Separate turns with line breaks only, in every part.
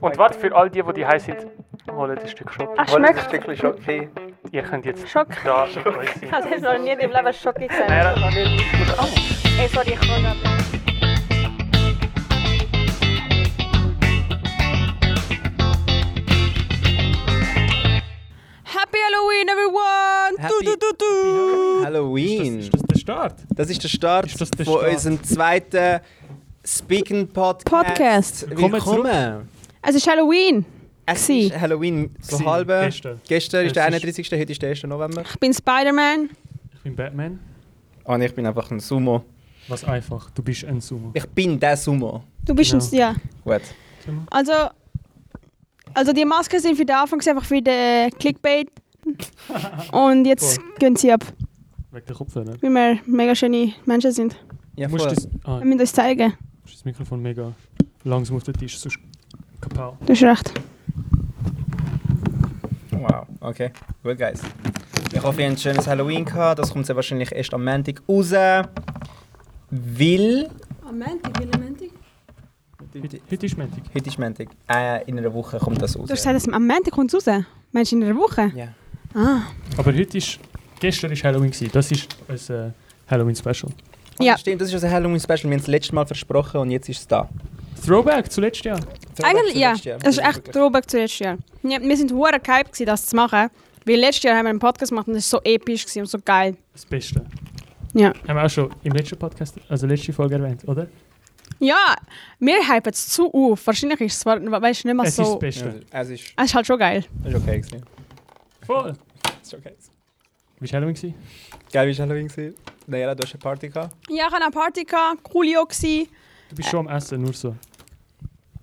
Und was für all die, die die heiß sind, Oh, holen ein Stück Schokolade.
Ah.
Ach,
Hol jetzt ein
schmeckt.
Stückchen Schoki.
Ihr könnt jetzt
Schock.
da eure-
Ich habe noch nie im Leben Schoki
Nein,
gesehen.
das war nicht.
Ey, sorry, ich kann nicht.
Happy Halloween, everyone!
Happy-
du, du, du, du.
Halloween.
Ist das der Start?
Das ist der Start
Ist das der
von
Start?
unserem zweiten Speaking Podcast.
Podcast.
Willkommen
Willkommen.
Also, Es ist Halloween.
Es
Gsi.
ist Halloween so
Gsi.
halb.
Gestern.
Gestern ist
Es
der
ist-
31. Heute ist der 1. November.
Ich bin Spider-Man.
Ich bin Batman.
Ah, nee, ich bin einfach ein Sumo.
Was einfach, du bist ein Sumo.
Ich bin der Sumo.
Du bist
Genau.
ein ja.
Gut.
Also, also die Masken sind für den Anfang einfach für den Clickbait. Und jetzt gehen sie ab,
Wegen der Kopfhörer.
wie wir mega schöne Menschen sind.
Ja,
Du musst
voll.
das, ah,
Wir müssen uns zeigen.
musst das Mikrofon mega langsam auf den Tisch, sonst kapau.
Du hast recht.
Wow, okay. Gut, guys. Ich hoffe, ihr habt ein schönes Halloween gehabt. Das kommt sehr wahrscheinlich erst am Montag raus. Weil...
Am Montag, wie am Montag?
Heute heute ist Montag.
Heute ist Montag. Äh, in einer Woche kommt das raus.
Du hast gesagt, dass am Montag kommt es raus. Meinst du in einer Woche?
Ja.
Ah.
Aber heute ist, gestern ist Halloween gewesen. Das ist äh, unser Halloween-Special.
Ah,
Ja.
Stimmt, das ist unser Halloween-Special. Wir haben es letztes Mal versprochen und jetzt ist es da.
Throwback zu letztes Jahr.
Eigentlich, ja. Das ist echt Throwback zu letztes Jahr. Ja, wir sind hure gehypt, gewesen, das zu machen. Weil letztes Jahr haben wir einen Podcast gemacht und das war so episch gewesen und so geil.
Das Beste.
Ja.
Haben wir auch schon im letzten Podcast, also letzte Folge erwähnt, oder?
Ja, wir hypen es zu auf. Wahrscheinlich ist es zwar, weißt du, nicht mehr
es ist das
so.
Beste.
Es ist,
Es ist halt schon geil.
ist okay gewesen.
Voll.
Ist okay gewesen.
Wie war Halloween? Gewesen?
Geil, wie war Halloween gewesen? Naja, du hast eine Party gehabt.
Ja, ich hatte eine Party, gehabt, coole auch. gewesen.
Du bist schon am Essen, nur so.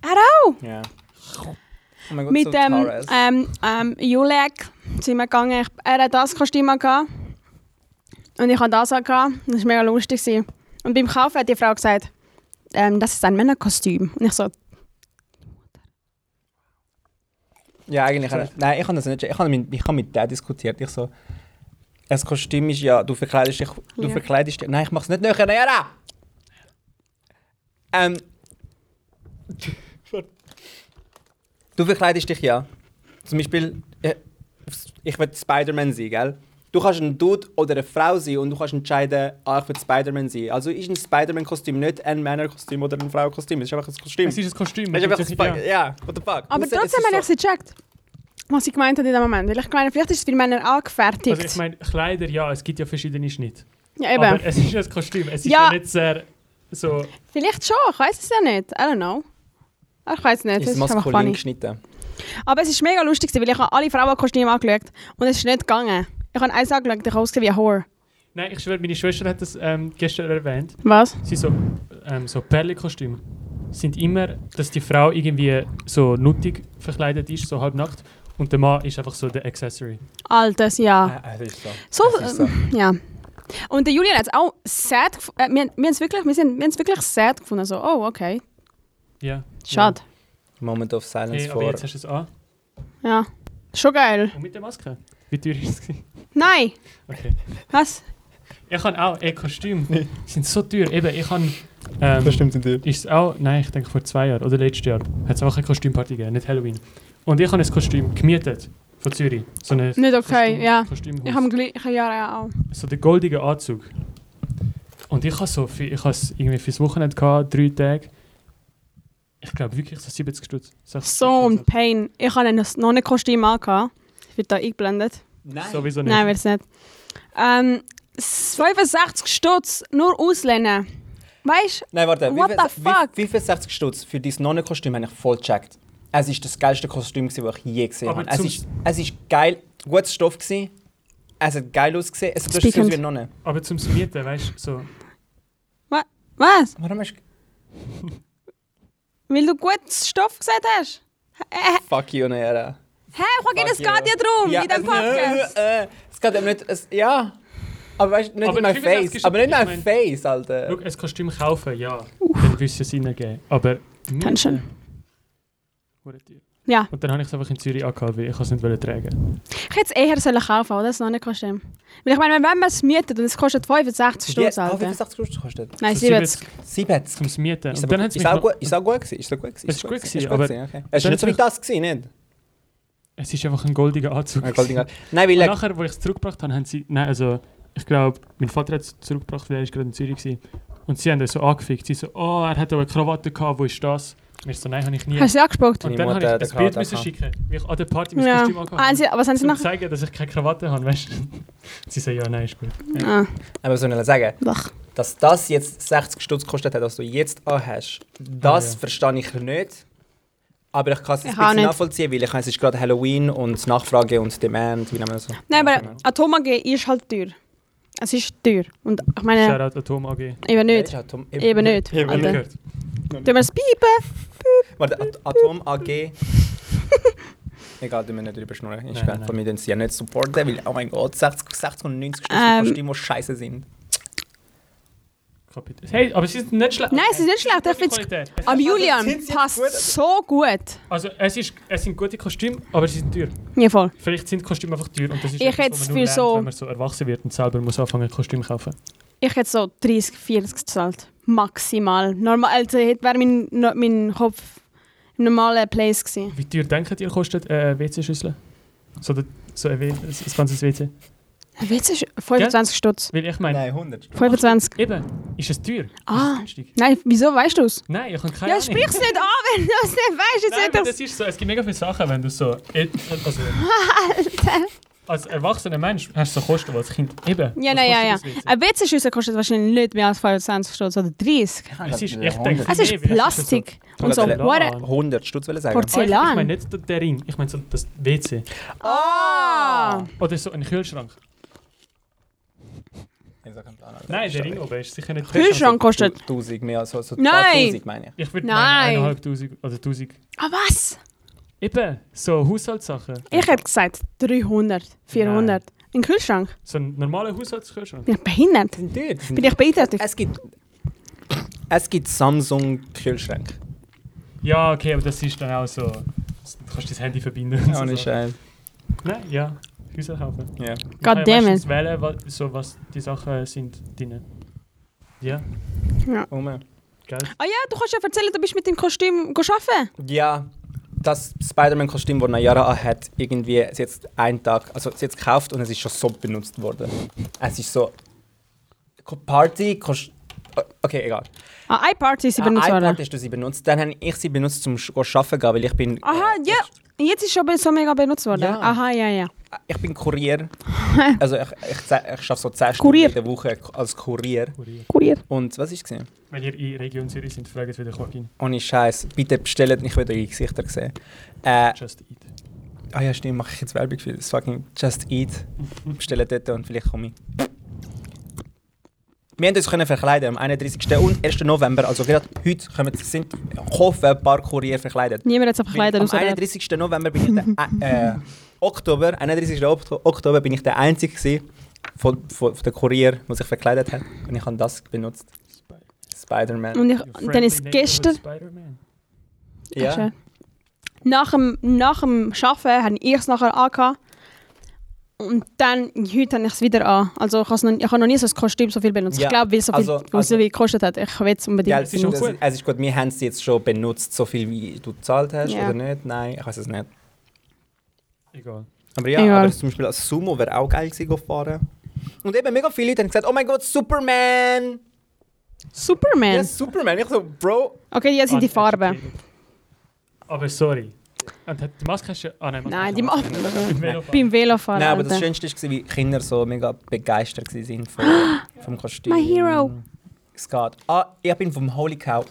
Er auch.
Ja. Oh mein Gott,
Mit
so
ähm,
Taras.
ähm, ähm, Julek sind wir gegangen. Ich, er hat das Kostüm gehabt. Und ich hatte das auch. Gehabt. Das war mega lustig. Gewesen. Und beim Kauf hat die Frau gesagt, ähm, das ist ein Männerkostüm. Und ich so,
Ja, eigentlich. Habe, nein, ich habe das nicht. Ich habe mit, ich habe mit Dad diskutiert. Ich so, das Kostüm ist ja, du verkleidest dich, du
Ja.
verkleidest dich. Nein, ich mach's nicht näher. Nein, nein. Ähm. du verkleidest dich ja. Zum Beispiel, äh, ich will Spider-Man sein, gell? Du kannst ein Dude oder eine Frau sein und du kannst entscheiden, ah, ich will Spider-Man sein. Also ist ein Spider-Man-Kostüm nicht ein Männerkostüm oder ein Frauenkostüm. Es ist einfach ein Kostüm.
Es ist ein Kostüm.
Es ist einfach
Ja.
ein
Also,
Spider- Ja, what the fuck.
Aber
Ausser, es
trotzdem
ist
habe
so-
ich sie gecheckt, was sie gemeint hat in dem Moment. Weil ich meine, vielleicht ist es für Männer angefertigt.
Also ich meine, Kleider, ja, es gibt ja verschiedene Schnitte.
ja, eben.
Aber äh, es ist ein Kostüm, es ist ja,
Ja.
nicht sehr so...
vielleicht schon, ich weiß es ja nicht. I don't know. Aber Ich weiß es nicht,
Ist
das ist einfach
maskulin
funny.
geschnitten.
Aber es war mega lustig, gewesen, weil ich habe alle Frauenkostüme angeschaut und es ist nicht gegangen. Ich habe eins angeschaut, ich habe ausgesehen wie ein Whore.
Nein, ich schwöre, meine Schwester hat das ähm, gestern erwähnt.
Was?
Sie so, ähm, so Perlenkostüme sind immer, dass die Frau irgendwie so nuttig verkleidet ist, so halbnackt. Und der Mann ist einfach so der Accessory.
Altes, ja.
Es ist so.
So,
Es Äh, ist so.
Ah. ähm, ja. Und der Julian hat es auch sad gef- äh, wir, wir haben es wirklich, wir sind- wir haben es wirklich sad gefunden. So, oh, okay,
Ja.
schade.
Moment of
Ja.
Silence
Hey, aber
vor.
jetzt hast du es an.
Ja. Schon geil.
Und mit der Maske. Wie teuer ist es? gewesen?
Nein!
Okay.
Was?
Ich kann auch, ey, Kostüme sind so teuer. Eben, ich kann... Ähm,
stimmt in dir.
ist es auch, nein, ich denke vor zwei Jahren oder letztes Jahr, hat es auch eine Kostümparty gegeben, nicht Halloween. Und ich habe ein Kostüm gemietet von Zürich. So eine
Nicht okay, ja.
Kostümhaus.
Ich habe gleich, ich habe ja auch.
so den goldigen Anzug. Und ich habe so viel, ich habe es irgendwie fürs Wochenende gehabt, drei Tage. Ich glaube wirklich so 70 Stutz. 60
So
Stutz.
ein Pain. Ich habe noch noch ein Kostüm angehabt. Das wird da eingeblendet.
Nein.
Sowieso nicht.
Nein, wird es nicht. Ähm, 65 Stutz, nur auslehnen. Weißt
Nein, warte.
What
wie,
the
viel-
fuck?
Wie, wie viel 60 Stutz für dein Nonnenkostüm habe ich voll gecheckt. Es ist das geilste Kostüm, gewesen, das ich je gesehen
Aber
habe. Es
zum-
ist, es ist geil, guter Stoff gewesen. Es hat geil ausgesehen. Es hat aus wie
Speakend.
eine Nonne.
Aber zum Mieten, weißt du, so.
du? Was?
Warum hast du...
Weil du guten Stoff gesagt hast? Hä,
Fuck you, Nera.
hä, Joaquin, es geht
you.
ja darum, in diesem Podcast.
Äh, äh, es geht eben nicht... Es, ja. Aber weißt du, nicht
Aber
in mein
65
Face.
ist-
Aber nicht in
ich
mein
mein-
Face, Alter.
Schau, ein Kostüm kaufen, ja. Dann wirst du es hineingeben. Aber. mieten,
Tension.
hure teuer.
Ja.
Und dann habe ich es einfach in Zürich angehabt, weil ich es nicht wollte tragen
Ich hätte es eher sollen kaufen sollen, oder? Das noch nicht kostet. Weil ich meine, wenn man es mietet und es kostet 65
Wie-
Stutz,
Ah,
Alter.
85 Euro kostet.
Nein,
So
70.
70.
zum Mieten.
Ist
Und dann
aber-
haben sie
ist
mich
auch
noch,
gut, ist auch gut gewesen, ist auch gut gewesen.
Es ist
ist
gut gewesen,
ist
aber-
gewesen, okay. Es ist
Dann
nicht so wie
zurück-
das gewesen, nicht?
es ist einfach ein goldiger Anzug.
Ein goldener- Nein, weil
Und
like,
nachher, wo ich es zurückgebracht habe, haben sie. Nein, also, ich glaube, mein Vater hat es zurückgebracht, weil er ist gerade in Zürich gewesen. Und sie haben uns so angefickt. Sie so, oh, er hat aber eine Krawatte gehabt, wo ist das? Und ich so, nein, habe ich nie.
Hast du sie angespuckt?
Und
Meine
dann
Mutter
habe ich
hat
das
eine
Bild
Krawatte
müssen
gehabt.
schicken, wie ich an der Party mein
Ja.
Kostüm angehabt
Ah,
habe.
haben sie, was haben sie
Um zu
nachher?
zeigen, dass ich keine Krawatte habe, weißt du? Sie so, ja, nein, ist gut.
Ah,
aber was soll ich sagen?
doch.
Dass das jetzt 60 Stutz gekostet hat, was du jetzt anhast, das
Ah, ja.
verstehe ich nicht. Aber ich kann es
Ich
ein
auch
bisschen
nicht.
nachvollziehen, weil ich meine, es ist gerade Halloween und die Nachfrage und Demand, wie nennt man das so?
Nein, aber Atoma G ist halt teuer. Es ist teuer. Und ich meine,
Shoutout Atom AG.
eben
Nein, ist
nicht.
Atom-
Eben nicht.
Eben
Haben wir
Alter.
gehört?
Tun wir es piepen?
Warte, At Atom AG. Egal, du musst nicht drüber schnurren. Ich
Nein,
werde
nein.
von mir den sie ja nicht supporten, weil, oh mein Gott, 60, 60 und 90 Stutz
Ähm.
Kostüme, die scheiße sind.
Kapitel. Hey, aber sie sind nicht schlecht.
Nein, es ist nicht schlecht. Ich
Gute
find's-
Qualität.
Am Julian
Sind sie jetzt gut?
passt so gut.
Also, es, ist, es sind gute Kostüme, aber sie sind teuer.
Ja, voll.
Vielleicht sind Kostüme einfach teuer und das ist
Ich
etwas,
hätte
was
es
man nur
viel
lernt,
so-
wenn man so erwachsen wird und selber muss anfangen, Kostüme kaufen.
Ich hätte so 30, 40 gezahlt. Maximal. Normal, also hätte- wäre mein, no- mein Kopf im normalen Place gewesen.
Wie teuer denkt ihr, kostet äh, eine WC-Schüssel? So, der- so ein, W- ein ganzes WC.
Ein Witz ist 25 Stutz.
Weil ich meine,
100 Stutz.
25.
eben, ist es teuer? Ist
Ah.
es günstig?
Nein, wieso weißt du es?
Nein, ich habe keine
Ja,
Ahnung.
sprich es nicht an, wenn du es nicht weißt. Jetzt
Nein,
nicht
weil
das
das ist so. Es gibt mega viele Sachen, wenn du so. et- Also, als erwachsener Mensch hast du so Kosten, die als Kind. Eben.
Ja,
was
nein, ja, ja.
kostet das WC?
Ein WC-Schüssel kostet wahrscheinlich nicht mehr als 25 Stutz oder 30.
Es ist, ich denke,
Es
nee,
ist
weil
Plastik. Und so,
Porzellan.
what
100 Stutz will ich sagen.
so, ah, ich, ich meine
Porzellan.
nicht der- der Ring, ich meine so das WC.
Ah!
Oder so ein Kühlschrank. Nein, der Ring oben ist sicher nicht teuer.
Kühlschrank kostet.
1000 mehr, so, so
Nein!
1000 meine ich.
Ich würde
Nein.
meinen 1'500 oder 1000.
Ah, was?
Eben, so Haushaltssachen.
Ich hätte gesagt 300, 400. Ein Kühlschrank?
So ein normaler Haushaltskühlschrank.
Bin ich behindert?
Die sind teuer, die sind-
Bin ich behindert?
Es gibt... Es gibt Samsung-Kühlschränke.
Ja, okay, aber das ist dann auch so... Du kannst das Handy verbinden. und so
Ohne
Sachen.
Scheiß.
Nein, ja. Häuser kaufen.
Also Ja.
Man kann ja
damn it.
meistens wählen, wa- so, was die Sachen sind drin. Ja,
Ume.
gell?
Ah ja, du kannst ja erzählen, du bist mit dem Kostüm arbeiten.
Ja, das Spider-Man-Kostüm, das Nayara anhat, irgendwie ist jetzt einen Tag, also sie hat es gekauft und es ist schon so benutzt worden. Es ist so... Ko- Party, Kost Okay, egal.
Ah, eine Party ist sie
Äh,
benutzt
Eine
worden.
Part hast du sie benutzt, dann habe ich sie benutzt, um sch- go arbeiten zu gehen, weil ich bin...
Aha,
äh,
ja. Jetzt ist schon so mega benutzt worden.
Ja.
Aha, ja, ja.
Ich bin Kurier. Also ich, ich, ze- ich schaffe so 10 Stunden
Kurier.
in der Woche k- als Kurier.
Kurier.
Kurier.
Und was ist gesehen?
Wenn ihr in Region Zürich sind, fragt wieder Joaquin.
Ohne Scheiß. Bitte bestellt nicht wieder eure Gesichter gesehen. Äh,
Just eat.
ah ja, stimmt, mache ich jetzt Werbung für das fucking Just Eat. Bestellt dort und vielleicht komme ich. Wir haben uns können verkleiden am 31. und 1. November, also gerade heute, kommen, sind Haufen ein paar Kurier verkleidet.
Niemand hat es einfach
Weil
leider
Am
rausgehört.
31. November bin ich der äh, äh, Oktober, 31. Okt- Oktober bin ich der einzige gsi von, von, von der Kurier, der sich verkleidet hat und ich habe das benutzt. Spider-Man.
Und ich,
Your
dann ist
friendly
gestern.
neighborhood Spider-Man.
Ach,
Ja.
schön. Nach dem, nach dem Arbeiten habe ich es nachher angehabt. Und dann, heute habe ich es wieder an. Also ich habe noch, ich habe noch nie so ein Kostüm so viel benutzt.
Ja,
Ich glaube, weil es so viel,
also-
weil es so
also-
viel gekostet hat. Ich will es unbedingt.
Ja, es ist,
auch
es,
gut.
es ist gut. Wir haben es jetzt schon benutzt, so viel wie du gezahlt hast
Ja.
oder nicht. Nein, ich weiß es nicht.
Egal.
Aber ja,
Egal.
aber zum Beispiel als Sumo wäre auch geil gewesen, go fahren. Und eben mega viele Leute haben gesagt, oh mein Gott, Superman!
Superman.
Ja, Superman. Ich so, Bro,
Okay,
Ah,
jetzt sind die Farben.
Aber sorry. Und hat- die Maske hast du... Ah nein,
Nein, die
Maske.
Maske.
Maske.
Beim Velofahren.
Nein, aber das
Alter.
Schönste war, wie Kinder so mega begeistert waren von, vom Kostüm.
My hero.
Es geht. Ah, ich bin vom Holy Cow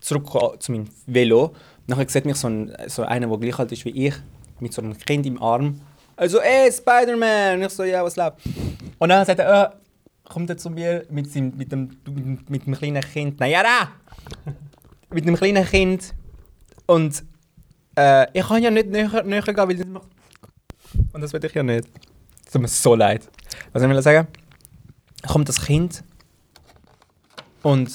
zurückgekommen zu meinem Velo. Nachher sieht mich so, ein, so einer, der gleich alt ist wie ich, mit so einem Kind im Arm. Also, ey, Spider-Man! Und ich so, ja, was läuft? Und dann sagt er, äh, kommt er zu mir mit, seinem, mit, dem, mit, dem kleinen Kind. Nein, ja, da! Mit dem kleinen Kind. Und äh, ich kann ja nicht näher, näher gehen, weil das macht und das will ich ja nicht. Das tut mir so leid. Was soll ich will sagen? Kommt das Kind und,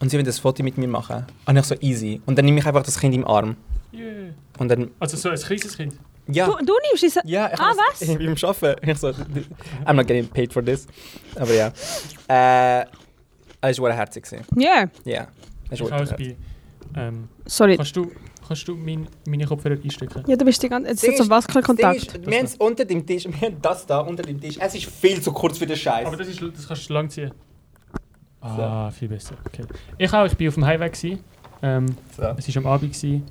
und sie will das Foto mit mir machen. Und ich so easy. Und dann nehme ich einfach das Kind im Arm.
Yeah.
Und dann,
Also so ein kleines Kind.
ja.
Du, du nimmst es.
Ja, ich
Ah,
hab das-
was?
Ich bin am Arbeiten. Ich so, I'm not getting paid for this. Aber ja. Äh, es war herzig. gewesen.
Ja.
Ja. Es
Ich
war
alles
herzig.
bei, ähm,
Sorry.
kannst du, kannst du mein, meine Kopfhörer einstecken?
Ja, du bist die ganze Jetzt
Ding
ist so
ist-
Wackelkontakt.
Das Ding ist, Wir haben es unter dem Tisch. Wir haben das da unter dem Tisch. Es ist viel zu kurz für den Scheiß.
Aber das, ist, das kannst du lang ziehen. Ah, viel besser. Okay. Ich auch, ich bin auf dem Highway. Gewesen. Ähm,
So.
es war am Abend gewesen,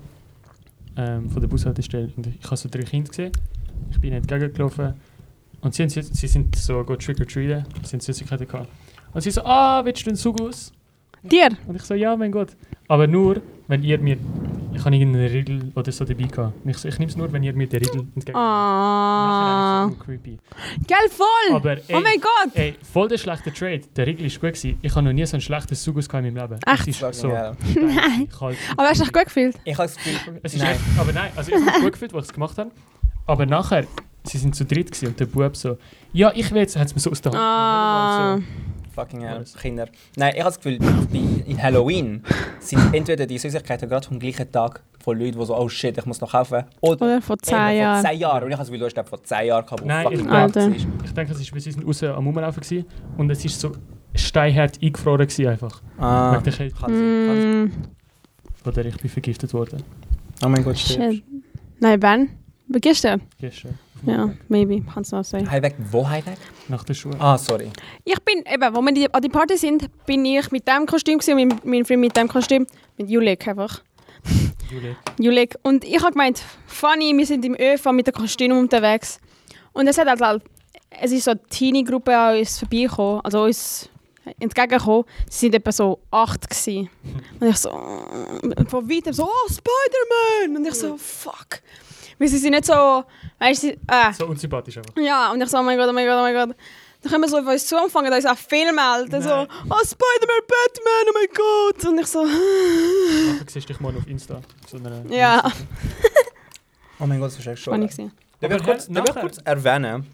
ähm, von der Bushaltestelle und ich habe so drei Kinder gesehen. Ich bin ihnen entgegengelaufen und sie, haben, sie, sie sind so go trick or treaten, sie haben Süßigkeiten gehabt. Und sie so, ah, willst du einen Sugus?
Dir?
Und ich so, ja, mein Gott. Aber nur, wenn ihr mir, ich habe irgendeinen Riegel oder so dabei gehabt. Und ich so, ich nehme es nur, wenn ihr mir den Riegel entgegenkommt.
Ah.
creepy.
Gell, voll!
Aber,
oh
ey,
mein Gott!
Ey, voll der schlechte Trade. Der Riegel ist gut. Gewesen. Ich habe noch nie so einen schlechten Sugus gehabt in meinem Leben.
Echt?
Es ist so.
Ja.
Nein. Kalt.
Aber hast du dich gut gefühlt?
Ich habe das Gefühl.
halt- Es ist
Nein.
Echt, aber nein, also ich habe mich gut gefühlt, als ich es gemacht habe. Aber nachher, sie sind zu dritt gewesen und der Bub so, ja, ich will jetzt, hat es mir so aus der Hand
Ah.
genommen.
Fucking hell,
Alles.
Kinder. Nein, ich habe das Gefühl, bei- in Halloween sind entweder die Süßigkeiten gerade vom gleichen Tag von Leuten, die so, oh shit, ich muss noch kaufen. Oder
Oder vor
eben
zehn Jahren?
Vor 10 Jahren. Und ich habe das Gefühl, du hast glaub, vor 10 Jahren gehabt, wo
Nein,
fucking
ich-
krank
Alter.
ist.
So. Ich denke, es ist, wir sind draußen am Rumlaufen gewesen und es ist so steinhart eingefroren gewesen einfach.
Ah.
Wegen der Kälte.
Kann sein,
Mm,
kann sein.
Oder ich bin vergiftet worden.
Oh mein Gott,
Shit. Nein, wann? Wie gehst du?
Gestern. auf dem
Ja,
Weg
maybe. Kannst du noch sagen.
Heimweg, wo Heimweg?
Nach der Schule.
Ah, sorry.
Ich bin, eben, wo wir die, an die Party sind, bin ich mit dem Kostüm gewesen, und mein, mein Freund mit dem Kostüm, mit Julek einfach.
Ah.
Juli.
Julek. Und ich habe gemeint, funny, wir sind im ÖV mit dem Kostüm unterwegs. Und es hat halt, halt es ist so eine Teenie-Gruppe an uns vorbeigekommen, also uns entgegengekommen. Sie sind etwa so acht gewesen. Und ich so, äh, von weitem so, oh, Spider-Man! Und ich so, fuck. Weil sie sind nicht so, weißt du, sie- äh,
So unsympathisch einfach.
ja, und ich so, oh mein Gott, oh mein Gott, oh mein Gott. Dann kommen so auf uns zu und fangen uns an Film melden. So,
Nein.
oh Spider-Man, Batman, oh mein Gott. Und ich so,
Nachher siehst du dich morgen auf Insta. So einer
ja,
Oh mein Gott, das ist echt schon.
fand ich
Da
gesehen.
will ich kurz, da will ich kurz erwähnen,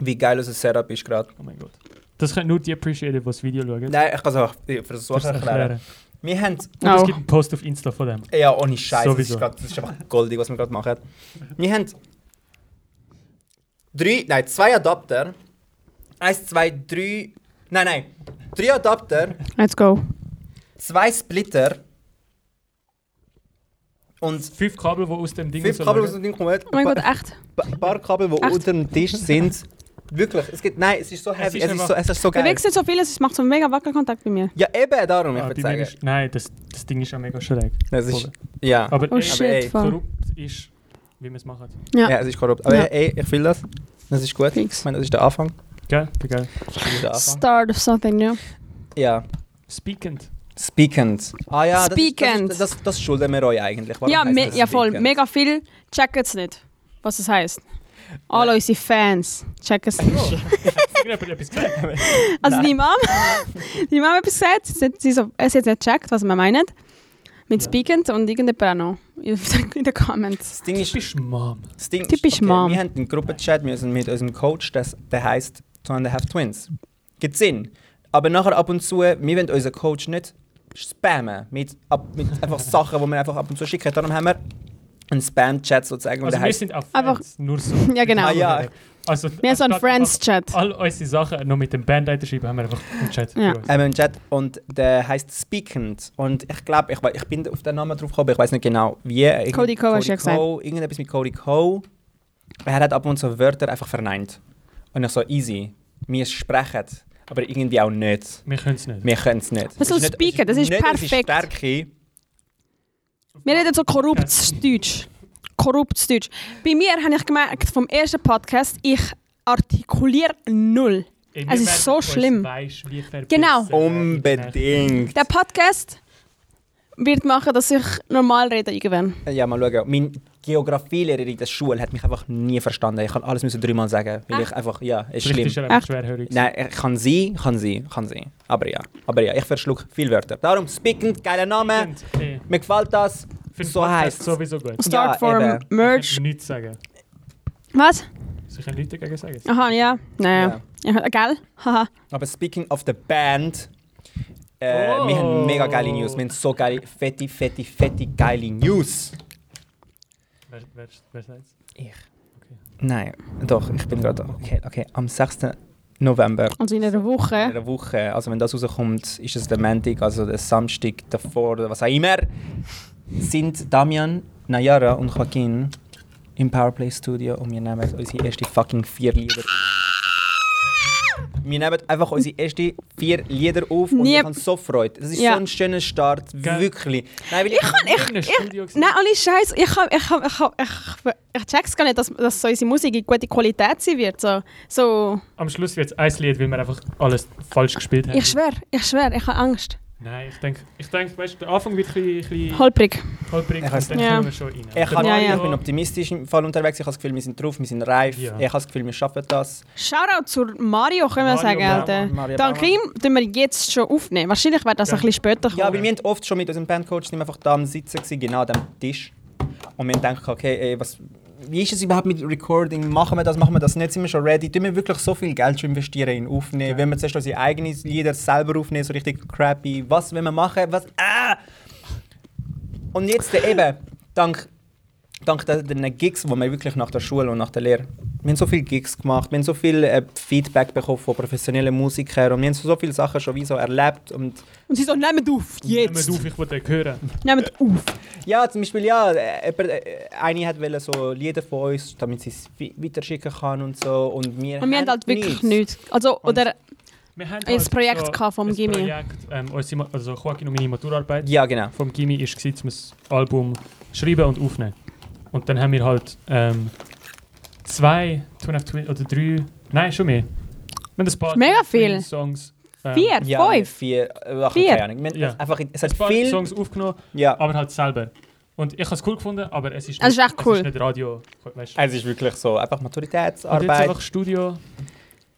wie geil unser Setup ist gerade.
Oh mein Gott. Das können nur die appreciaten, die das Video schauen.
Nein, ich kann es auch ich versuch's zu
Das
erklären.
erklären.
Wir haben
Und es
Auch.
gibt einen Post auf Insta von dem.
Ja, ohne Scheiße. Das,
Sowieso.
ist grad- das ist einfach goldig, was wir gerade machen. Wir haben drei, nein, zwei Adapter. Eins, zwei, drei. Nein, nein. Drei Adapter,
Let's go.
zwei Splitter und
Fünf Kabel, die aus dem Ding
fünf
so
Kabel, die
lagen.
aus dem Ding kommen.
Oh mein Gott, echt.
Ein paar Kabel, die
Echt?
unter dem Tisch sind. Wirklich, es geht. Nein, es ist so heavy.
ist
Es ist,
einfach-
so, es ist so
Du
geil.
wächst nicht so vieles, es macht so einen mega Wackelkontakt bei mir.
Ja, eben darum, ich
Ah,
würde
bei mir
sagen.
ist, nein, das, das Ding ist ja mega schräg.
Es ist,
Voll.
ja.
Aber
Oh
ey,
shit,
ey,
voll.
korrupt ist, wie wir es machen.
Ja.
ja, es ist korrupt. Aber
Ja.
ey, ich will das. Das ist gut.
Fix.
Ich meine, das ist der Anfang.
Gell? Gell?
Das ist der Anfang.
Start of something, ja.
Ja.
Speakend.
Speakend. Ah ja, das, ist-
Speakend.
Das, ist- das, das schulden wir euch eigentlich. Warum
Ja,
heisst
me
das
ja voll,
Speakend?
mega viel checken es nicht, was es heisst. Alle unsere Fans checken es nicht.
Irgendjemand hat etwas gesagt.
Oh,
Also die Mom, die Mom hat etwas gesagt, sie hat sie so, es hat nicht gecheckt, was wir meinen. Mit
Ja.
Speakend und irgendjemand auch noch in in den Comments.
Das Ding ist,
Typisch Mom.
das Ding ist-
Typisch Mom.
Wir haben einen Gruppenchat wir sind mit unserem Coach, das, der heißt Two and a Half Twins. Gibt Sinn. Aber nachher ab und zu, wir wollen unseren Coach nicht spammen mit, ab, mit einfach Sachen, die wir einfach ab und zu schicken. Darum haben wir einen Spam-Chat sozusagen. und
Also
der
wir
heißt,
sind auch Friends,
Einfach-
nur so.
Ja, genau.
Ah, ja.
Also,
Wir haben so einen
anstatt
Friends-Chat.
All unsere Sachen noch mit dem Bandleiter schreiben, haben wir einfach einen Chat.
Ja.
für uns.
haben wir einen Chat Ähm, und der heißt Speakend. Und ich glaube, ich, we- ich bin auf den Namen drauf gekommen, ich weiß nicht genau wie. Irgend-
Cody Ko hast du ja gesagt.
Ko, Irgendetwas mit Cody Co. Er hat ab und zu Wörter einfach verneint. Und ich so, easy, wir sprechen, aber irgendwie auch nicht.
Wir können es nicht.
Wir können es nicht.
soll
Es nicht-
speaken, das ist
nicht unsere
perfekt.
Stärke.
Wir reden so korruptes Deutsch. Korruptes Deutsch. Bei mir habe ich gemerkt, vom ersten Podcast, ich artikuliere null.
Ey,
Es ist
werden
so
uns
schlimm.
Weisst, wie verbissen
Genau.
in den
Unbedingt.
Der Podcast wird machen, dass ich normal rede irgendwann.
Ja, mal schauen. Mein Geografielehrer in der Schule hat mich einfach nie verstanden. Ich kann alles müssen dreimal sagen, weil ich einfach, ja, ist
Vielleicht
schlimm.
ist er einfach
Echt?
schwerhörig.
Nein, ich kann sie, kann sie, kann sie. Aber ja, aber ja, ich verschluck viel Wörter. Darum speakend, geiler Name.
Stimmt, ey.
Mir gefällt das.
Für den
Äh, So
Podcast
heisst's.
sowieso gut.
Ja,
Start for
eben.
Ich
Also, Merch.
kann nichts sagen.
Was?
Sie können nichts dagegen sagen.
Aha, ja. Naja. Ja, gell? Haha.
Aber speaking of the band, äh, wir
Oh.
haben mega geile News. Wir haben so geile, fette, fette, fette, geile News.
Wer, wer, wer sagt's?
Nein, doch, ich bin gerade. Okay, okay, am 6. November.
Also in einer
In
Woche.
einer Woche, also wenn das rauskommt, ist es der Montag, also der Samstag davor oder was auch immer, sind Damian, Nayara und Joaquin im Powerplay Studio und wir nehmen unsere ersten fucking vier Lieder auf. Wir nehmen einfach unsere ersten vier Lieder auf und
Nie-
ich habe so Freude. Das ist
Ja.
so ein schöner Start,
Gell.
wirklich. Nein, weil ich,
Ich, ich, Studio gewesen.
Nein, ohne Scheiß. Ich, hab, ich, hab, ich, hab, ich, ich check's gar nicht, dass, dass so unsere Musik in gute Qualität sein wird. So, so.
Am Schluss wird es ein Lied, weil wir einfach alles falsch gespielt haben.
Ich schwör, ich schwör, ich habe Angst.
Nein, ich denke, ich denk, weißt, der Anfang wird ein bisschen, ein bisschen
Holprig.
holprig
Ich
und
weiß
dann
Halt. nicht.
kommen wir schon rein.
ich, kann,
Ja, ja.
ich bin optimistisch im Fall unterwegs, ich habe das Gefühl, wir sind drauf, wir sind reif,
Ja.
ich habe das Gefühl, wir schaffen das.
Shoutout zu Mario, können wir
Mario
sagen,
Baumann,
Alter.
Mario
Dank
Baumann.
ihm tun wir jetzt schon aufnehmen. Wahrscheinlich wird das
Ja.
ein bisschen später kommen.
Ja, weil wir haben oft schon mit unserem Bandcoach nicht einfach da am Sitzen gewesen, genau an dem Tisch. Und wir haben gedacht, okay, ey, was, wie ist es überhaupt mit Recording? Machen wir das, machen wir das nicht? Sind wir schon ready? Tun wir wirklich so viel Geld schon investieren in Aufnehmen? Wenn wir zuerst unsere eigenen Lieder selber aufnehmen, so richtig crappy. Was wollen wir machen? Was? Ah! Und jetzt dann eben, dank, dank den- den Gigs, die wir wirklich nach der Schule und nach der Lehre, wir haben so viele Gigs gemacht, wir haben so viel äh, Feedback bekommen von professionellen Musikern und wir haben so viele Sachen schon wie so erlebt und
Und sie so, nehmt auf,
Jetzt.
jetzt.
Auf, ich wollte hören.
Nehmt auf.
Ja, zum Beispiel, ja, äh, jemand, äh, eine hat wollte so Lieder von uns, damit sie es wi- weiterschicken kann und so. Und wir,
Und wir haben halt wirklich nichts. Also, oder,
Ähm,
Wir haben
Ein Projekt gehabt vom
ein
Gimmi.
Projekt, ähm, unsere Ma- also Joaquin und meine Maturarbeit
Ja, genau.
vom Gimmi war, dass wir das Album schreiben und aufnehmen. Und dann haben wir halt ähm, zwei, two and a half, Twi- oder drei, nein, schon mehr. Wir haben ein paar
Mega
Twin
viel.
Songs, ähm,
vier,
Ja,
fünf.
Vier. Äh, ach,
Vier.
Keine Ahnung. Wir, haben
Ja.
einfach, es
ein
hat
paar
viel.
Songs aufgenommen,
Ja.
aber halt selber. Und ich habe es cool gefunden, aber es ist,
Es ist echt
es
cool.
ist nicht Radio. Weißt,
Es ist wirklich so, einfach
Und jetzt
Maturitätsarbeit.
einfach Studio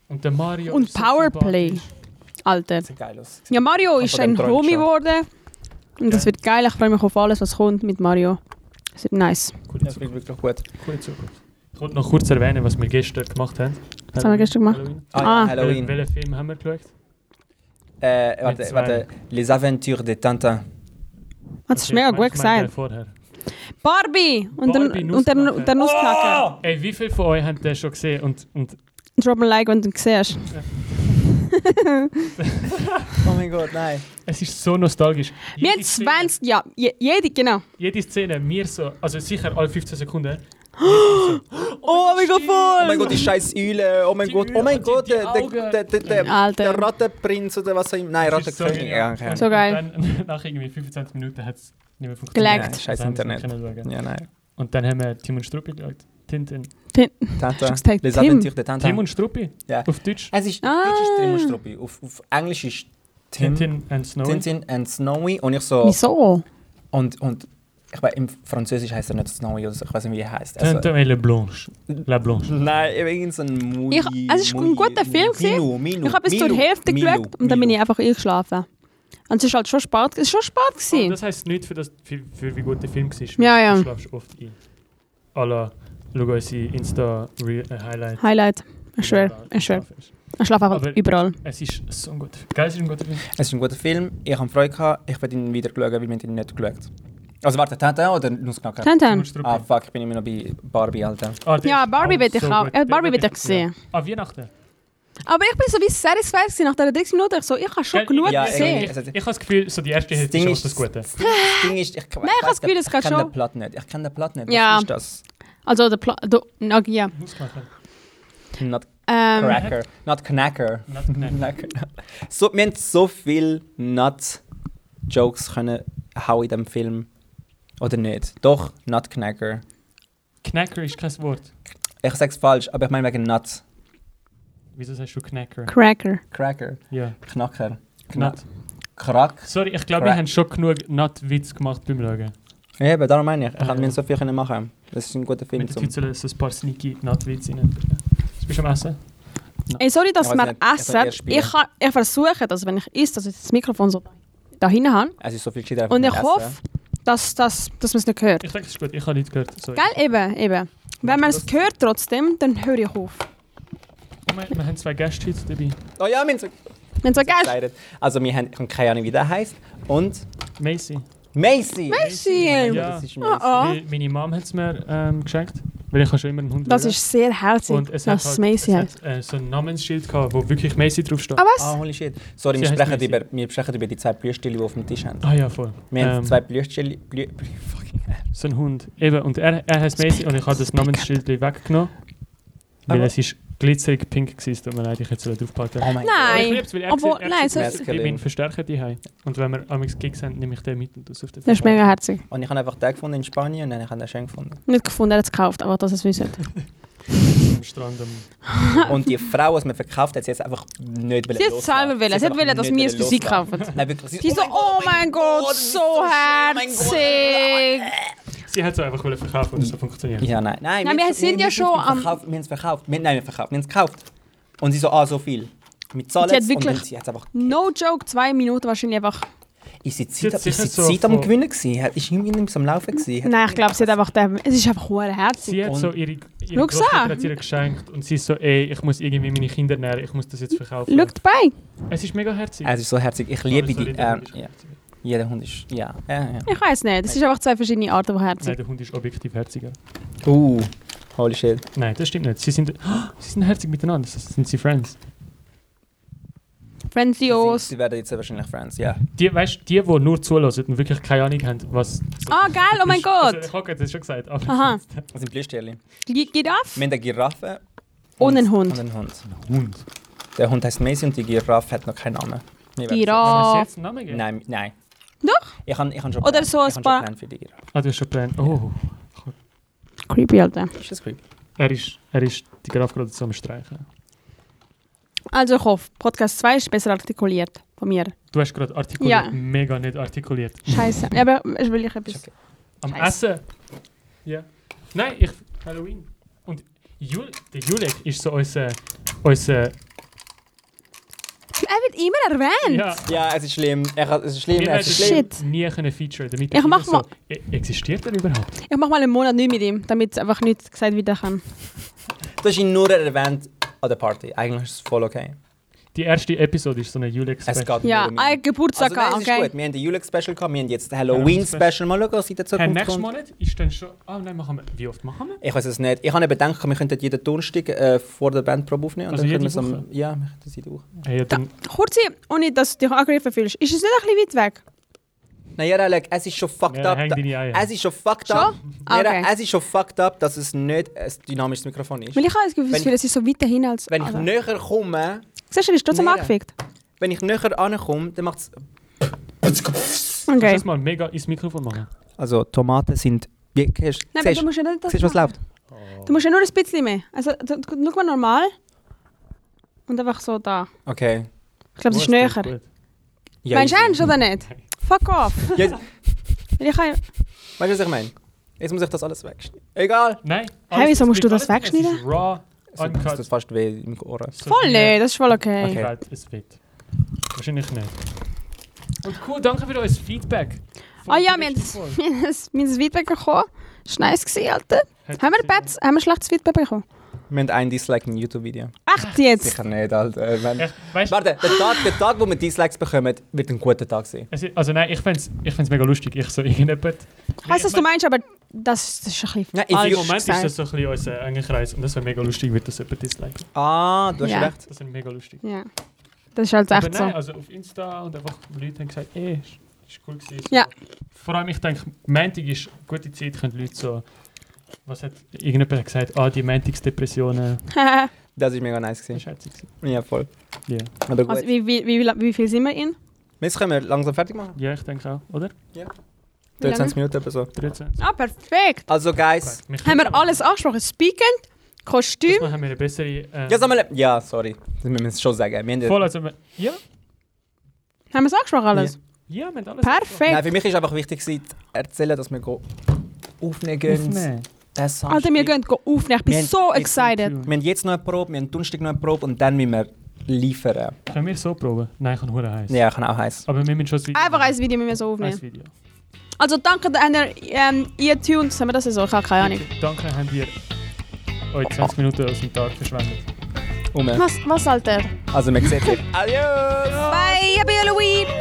und der Mario.
Und
ist so
Powerplay,
sympathisch.
Alter.
Sieht geil aus.
Ja, Mario
Von
ist
dem
ein
träumt
Homie
schon.
geworden. Und das
Geil.
wird geil. Ich freue mich auf alles, was kommt mit Mario. Es wird nice.
Coole
Das
Zukunft.
wird wirklich gut.
Coole Zukunft. Ich wollte noch kurz erwähnen, was wir gestern gemacht haben.
Was haben wir gestern gemacht?
Halloween.
Ah, ja,
Ah.
Halloween.
Wel- Welchen Film haben wir geschaut?
Äh, warte,
zwei.
warte. Les Aventures de Tintin.
Das ist mega
ich meine-
gut
ich meine
gesagt.
Vorher.
Barbie! Und
Barbie,
der, und der,
Nussknacker.
der Nussknacker.
Ey, wie viele von euch haben den schon gesehen? Und, und
Drop ein Like, wenn du ihn siehst.
Oh mein Gott, nein.
es ist so nostalgisch.
Wir haben
Szene-
20, ja, je, jede, genau.
Jede Szene, mir so, also sicher alle 15 Sekunden.
Oh mein Gott, voll! Oh mein Gott, die scheiß Eule. Oh mein
Die
Gott, oh mein
Eule,
Gott,
die- die
der, der,
Augen.
der, der, der,
Alter.
der Rattenprinz oder was auch immer. Nein,
Das ist so
Rattenkönig. Ja,
genial.
okay.
So geil.
Und dann, nach irgendwie 25 Minuten hat es nicht mehr funktioniert.
Geleckt.
Nein, scheiß
Dann haben wir es nicht
Internet.
können schauen.
Ja, nein.
Und dann haben wir Tim und Struppi äh, geschaut. Tintin.
Tante.
Hast du gesagt,
Les
Tim?
Aventures de Tintin.
Tim und Struppi?
Ja.
Auf Deutsch?
Es ist,
Ah.
Deutsch ist Tim und Struppi. Auf, auf Englisch ist Tim, Tintin,
Tintin and Snowy.
and Snowy. Und ich so.
Wieso?
Und, und ich weiß, im Französisch heißt er nicht Snowy, also ich weiß nicht, wie er heißt. Also,
Tintin et la Blanche. La Blanche.
nein, irgend so ein Mui.
Ich- es ist ein
Mui-
guter Film
Minu, Minu,
Ich habe bis
Minu,
zur Hälfte
Minu,
geschaut und dann bin
Minu.
ich einfach eingeschlafen. Und es ist halt schon spät, es ist schon spät
Aber
gewesen.
Ah, das heisst nicht, für, das, für, für wie gut der Film war.
Ja, ja.
Du schlafst oft ein. Alla, schau unsere äh, Insta-Highlight.
Highlight. Ich schwöre, ich schwöre. Ich schlafe einfach
Aber-
überall.
Es ist so ein guter Film. Geil, es ist ein guter Film.
Es ist ein guter Film, ich habe Freude gehabt, ich werde ihn wieder schauen, weil wir haben ihn nicht geschaut Also warte, Tintin oder Nussknacker?
Tim und
Tintin.
Struppi.
Ah fuck, ich bin immer noch bei Barbie, Alter.
Ah, der
Ja,
ist
Barbie
auch
will ich
so
auch.
gut.
Äh,
Der
Barbie
wird
will ich
echt-
sehen.
Ja. Ah, Weihnachten.
Aber ich bin so wie satisfied gewesen nach dieser 30 Minuten. Ich so, ich habe schon
Gell,
genug
Ja,
gesehen.
irgendwie-
Ich, ich, ich habe das Gefühl, so die erste
Das
Hälfte
Ding
ist schon
ist-
das Gute.
Das Ding ist, ich, ich,
ich habe das Gefühl, es geht
kenne den
schon.
Plot nicht. Ich kenne den Plot nicht. Was
Ja.
ist das?
Also der Pla der, na, ja.
Nussmacher.
Not
Ähm,
Cracker. Not Knacker.
Not Knacker.
Knacker. So, wir haben so viele Not-Jokes können hauen in diesem Film. Oder nicht? Doch, Not Knacker.
Knacker ist kein Wort.
Ich sag's falsch, aber ich meine wegen Nut.
Wieso sagst du Knacker?
Cracker.
Cracker.
Ja,
Knacker. Kna
Knut.
Krack.
Sorry, ich glaube,
Crack.
wir haben schon genug Nut-Witz gemacht beim Schauen.
Ja, eben, darum meine ich. Ich
Ah,
hätte
ja.
mir so viel können machen Das ist ein guter Film.
Mit der
zum-
Tützel so ein paar sneaky Nut-Witze rein. Bist du am Essen?
Ey, sorry, dass
Ich weiß
wir
nicht, ich soll eher
essen.
spielen.
Ich, kann, ich versuche, dass wenn ich esse, dass ich das Mikrofon so da hinten habe.
Es ist so viel gescheiter. einfach
Und
nicht
ich
essen.
hoffe, dass, dass, dass man es nicht hört.
Ich denke, es ist gut. Ich habe nichts gehört. Sorry.
Gell? Eben, eben. Wenn man es hört trotzdem, dann höre ich auf.
Oh mein, wir haben zwei Gäste heute dabei.
Oh ja, wir haben so
Wenn so geil
excited. Also, wir haben, ich habe keine Ahnung, wie der heißt. Und
Macy.
Macy!
Schön.
Ja.
Das ist
Oh,
Macy.
oh.
Weil Meine Mom hat es mir ähm, geschenkt. Weil ich habe schon immer einen Hund
Das
wollte.
ist sehr herzig,
Und es
dass
hat halt-
es Macy heißt.
hat Oh äh, so ein Namensschild gehabt, wo wirklich Macy draufsteht.
Ah, was?
Ah, holy shit. Sorry,
Sie
wir
heißt
sprechen,
Macy.
über, wir sprechen über die zwei Blühstille, die auf dem Tisch haben.
Ah ja, voll.
Wir haben
Ähm,
zwei Blühstille. Blü Blü- fucking hell.
So ein Hund. Eben, und er, er heißt Macy und ich habe das Namensschild weggenommen. Weil
Aber-
es ist glitzerig pink gewesen. Es Tut mir leid, ich hätte es draufgepackt.
Oh mein
Nein.
Aber ich lieb's, weil er
Obwohl-
sieht- er
nein,
sieht
sonst-
aus wie mein Verstärker daheim. Und wenn wir am Gigs haben, nehme ich den mit und das auf den
Das ist mega herzig.
Gott. Und ich habe einfach den gefunden in Spanien und dann habe ich den schön gefunden.
Nicht gefunden, er hat es gekauft, aber dass es wissen.
Am Strand. Am
Und die Frau, die es mir verkauft hat, sie hat es einfach nicht
Sie hat es selber
will.
wollen. Sie hat wollen, dass wir es für sie kaufen.
Nein, wirklich. ist-
Sie so, oh mein Gott,
das ist
so
schön, oh mein Gott.
herzig.
Sie hat es einfach wollen verkaufen und es hat funktioniert.
Ja, nein. Nein,
Nein, wir
haben's-
sind ja
haben's
schon am-
Verkauft, wir haben es verkauft. Wir, nein, wir haben verkauft. Wir haben es gekauft. Und sie so, ah, so viel. Mit Zahlen.
Sie hat
und dann,
wirklich-
sie hat einfach...
No joke, zwei Minuten wahrscheinlich einfach.
Ist sie
Sie
Zeit,
hat
ist sie
sicher so
Zeit am
von-
Gewinnen gewesen? Hat- Ist irgendwie am Laufen gewesen? Hat-
Nein, ich glaube, sie hat einfach. dem- Es ist einfach hoher herzig.
Sie hat
Und-
so ihre, ihre
Schau's
Großmutter
an.
hat ihr geschenkt und sie ist so, ey, ich muss irgendwie meine Kinder ernähren, ich muss das jetzt verkaufen.
Schaut bei.
Es ist mega herzig.
Es ist Also, so herzig. Ich
Aber
liebe
sorry,
die...
der
Äh,
Hund ist
ja.
herzig.
Jeder Hund ist... Ja. ja, ja.
Ich weiß nicht. Es ist einfach zwei verschiedene Arten von
Nein,
herzig.
der Hund ist objektiv herziger.
Uh, holy shit.
Nein, das stimmt nicht. Sie sind, oh, sie sind herzig miteinander, das sind sie Friends.
Friendios.
Sie werden jetzt wahrscheinlich Friends, ja.
Die, weißt, die, die nur zulassen und wirklich keine Ahnung haben, was...
Ah, geil, oh mein
ist- also,
Gott.
Ich habe das schon gesagt, aber
Aha.
Das sind Blühstelle.
Gi- Giraffe
Wir haben eine Giraffe.
und ein
Und
Hund.
einen Hund. Der Hund heißt Macy und die Giraffe hat noch keinen Namen. Wir werden-
Kann man
Giraffe.
jetzt einen Namen geben?
Nein, nein.
Doch?
Ich habe ich hab schon
Oder
Pläne.
so ein
ich hab
paar-
schon Pläne für die Giraffe.
Ah, du hast schon geplant. Oh,
Creepy, Alter.
Ist das creepy?
er ist, er ist die Graf gerade zusammen streichen.
Also, ich hoffe, Podcast 2 ist besser artikuliert von mir.
Du hast gerade artikuliert,
Ja.
mega nicht artikuliert.
Scheiße. Ja, Aber ich will ich etwas.
Am
Scheiße.
Essen? Ja. Nein, ich... Halloween. Und Jul, der Julek ist so unser... unser
Er wird immer erwähnt.
ja,
Ja, es ist schlimm. Er, hat- es ist schlimm.
wir
Es
hätten
ist
Shit.
schlimm.
den nie können feature, damit
Ich mach
immer
mal-
e- Existiert er überhaupt?
Ich mach mal einen Monat nicht mit ihm, damit es einfach nicht gesagt wieder kann.
Du hast ihn nur erwähnt an der Party. Eigentlich ist es voll okay.
Die erste Episode ist so eine julek
Es geht
Ja,
nur um ihn.
ein Geburtstag,
also, nein, es ist
okay?
gut. Wir haben den Julex-Special gehabt, wir haben jetzt Halloween-Special. Mal schauen, was in der
Hey,
Zukunft
nächsten
kommt.
Monat ist dann schon... Ah nein, machen wir... Wie oft machen wir?
Ich weiß es nicht. Ich habe eben gedacht, wir könnten jeden Donnerstag äh, vor der Bandprobe aufnehmen. Und
Also
dann können wir
jede
es am, Ja, wir können es jede Woche.
Hey, ja, dann,
Kurzi, ohne dass du dich angegriffen fühlst, ist es nicht ein bisschen weit weg?
Naja, Alec, es ist schon fucked
Ja,
up.
häng deine Eier.
Es ist schon fucked
Schon?
up.
Ah,
Nera,
okay.
Es ist schon fucked up, dass es nicht ein dynamisches Mikrofon ist.
Weil ich habe das Gefühl,
Wenn ich-
es ist so weit dahin als...
Wenn ich
Also.
näher komme,
Siehst du, er ist trotzdem
Nein.
angefickt.
wenn ich näher ankomme, dann macht es.
kannst du
Okay.
das mal mega ins Mikrofon machen?
Also, Tomaten sind. Wie, siehst,
Nein, aber
siehst,
du musst ja nicht das
siehst, was
machen.
läuft?
Du musst ja nur ein bisschen mehr. Also, du- du- schau mal normal. Und einfach so da.
Okay.
Ich glaube, es ist
Oh,
näher.
das klingt gut.
Ja,
Meinst du
easy.
ernst oder nicht? Fuck off.
Jetzt,
Weil Ich habe...
weißt du, was ich meine? Jetzt muss ich das alles wegschneiden. Egal!
Nein.
Hey, wieso musst du das
Es ist
wegschneiden?
raw,
Es tut- es
uncut.
tut fast weh im Ohr.
so
Voll
wie
nicht, das ist voll okay.
Okay.
Fett, Es wird. Wahrscheinlich nicht. Und cool, danke für euer Feedback.
Ah ja, wir haben das- wir haben das- wir haben das Feedback bekommen. Das war nice, gewesen, Alter. Haben wir, Bats, haben wir schlechtes Feedback bekommen?
Wir haben einen Dislike im YouTube-Video.
Echt jetzt?
Sicher nicht, Alter. Äh, wenn-
Weißt,
Warte, der Tag, der Tag, wo wir Dislikes bekommen, wird ein guter Tag sein.
es ist, also nein, ich fände es ich find's mega lustig. Ich so irgendjemand...
Ich weiß, was du meinst, aber das, das ist ein bisschen
Ja, if
Im
you-
falsch
Moment ist das
Ah, gesagt.
so ein bisschen unser enger Kreis und das wäre mega lustig, wird das jemand disliken.
Ah, du hast
Ja.
recht.
Das wäre mega lustig.
Ja. Das ist halt
Aber
echt so.
nein, also auf Insta und einfach Leute haben gesagt, ey, ist, ist cool gewesen. So.
Ja.
Vor allem, ich denke, Montag ist eine gute Zeit, können Leute so, was hat irgendjemand hat gesagt, ah, die Montagsdepressionen,
Das war mega nice.
das
Gewesen.
ist herzig gewesen.
Ja, voll.
Ja.
Aber gut.
Also, wie, wie, wie, wie, wie viel sind wir in?
Jetzt können wir langsam fertig machen.
Ja, ich denke auch, oder?
Wie lange?
13 Minuten oder so.
13.
Ah, perfekt.
Also, Guys.
Mich
Haben wir
tut's auch.
alles angesprochen? Speakend, Kostüm.
Diesmal haben wir eine bessere... Äh,
Ja, sag mal. Ja, sorry. Das müssen wir es schon sagen. Wir haben
voll, also, wir- ja,
Haben wir es angesprochen alles?
ja, wir haben alles...
Nein,
Perfekt.
für mich war einfach wichtig, gewesen, zu erzählen, dass wir go aufnehmen gehen.
Aufnehmen.
Den Samstag.
Alter, wir gehen go aufnehmen. Ich bin
Wir haben-
so
wir sind
excited.
Wir haben jetzt noch eine Probe, wir haben Donnerstag noch eine Probe und dann müssen wir liefern.
Können wir so proben? Nein, ich kann hure heiß.
Ja, kann auch heiß.
Aber wir müssen schon das Video
Einfach
machen.
ein Video müssen wir so aufnehmen.
Ein Video.
Also danke, dass ihr ähm, iTunes, haben wir das so? Ich habe keine Ahnung.
Danke, haben wir euch 20 Minuten aus dem Tag verschwendet.
Um.
Was, was Alter?
Also, wir sehen uns. Adios!
Bye, happy Halloween!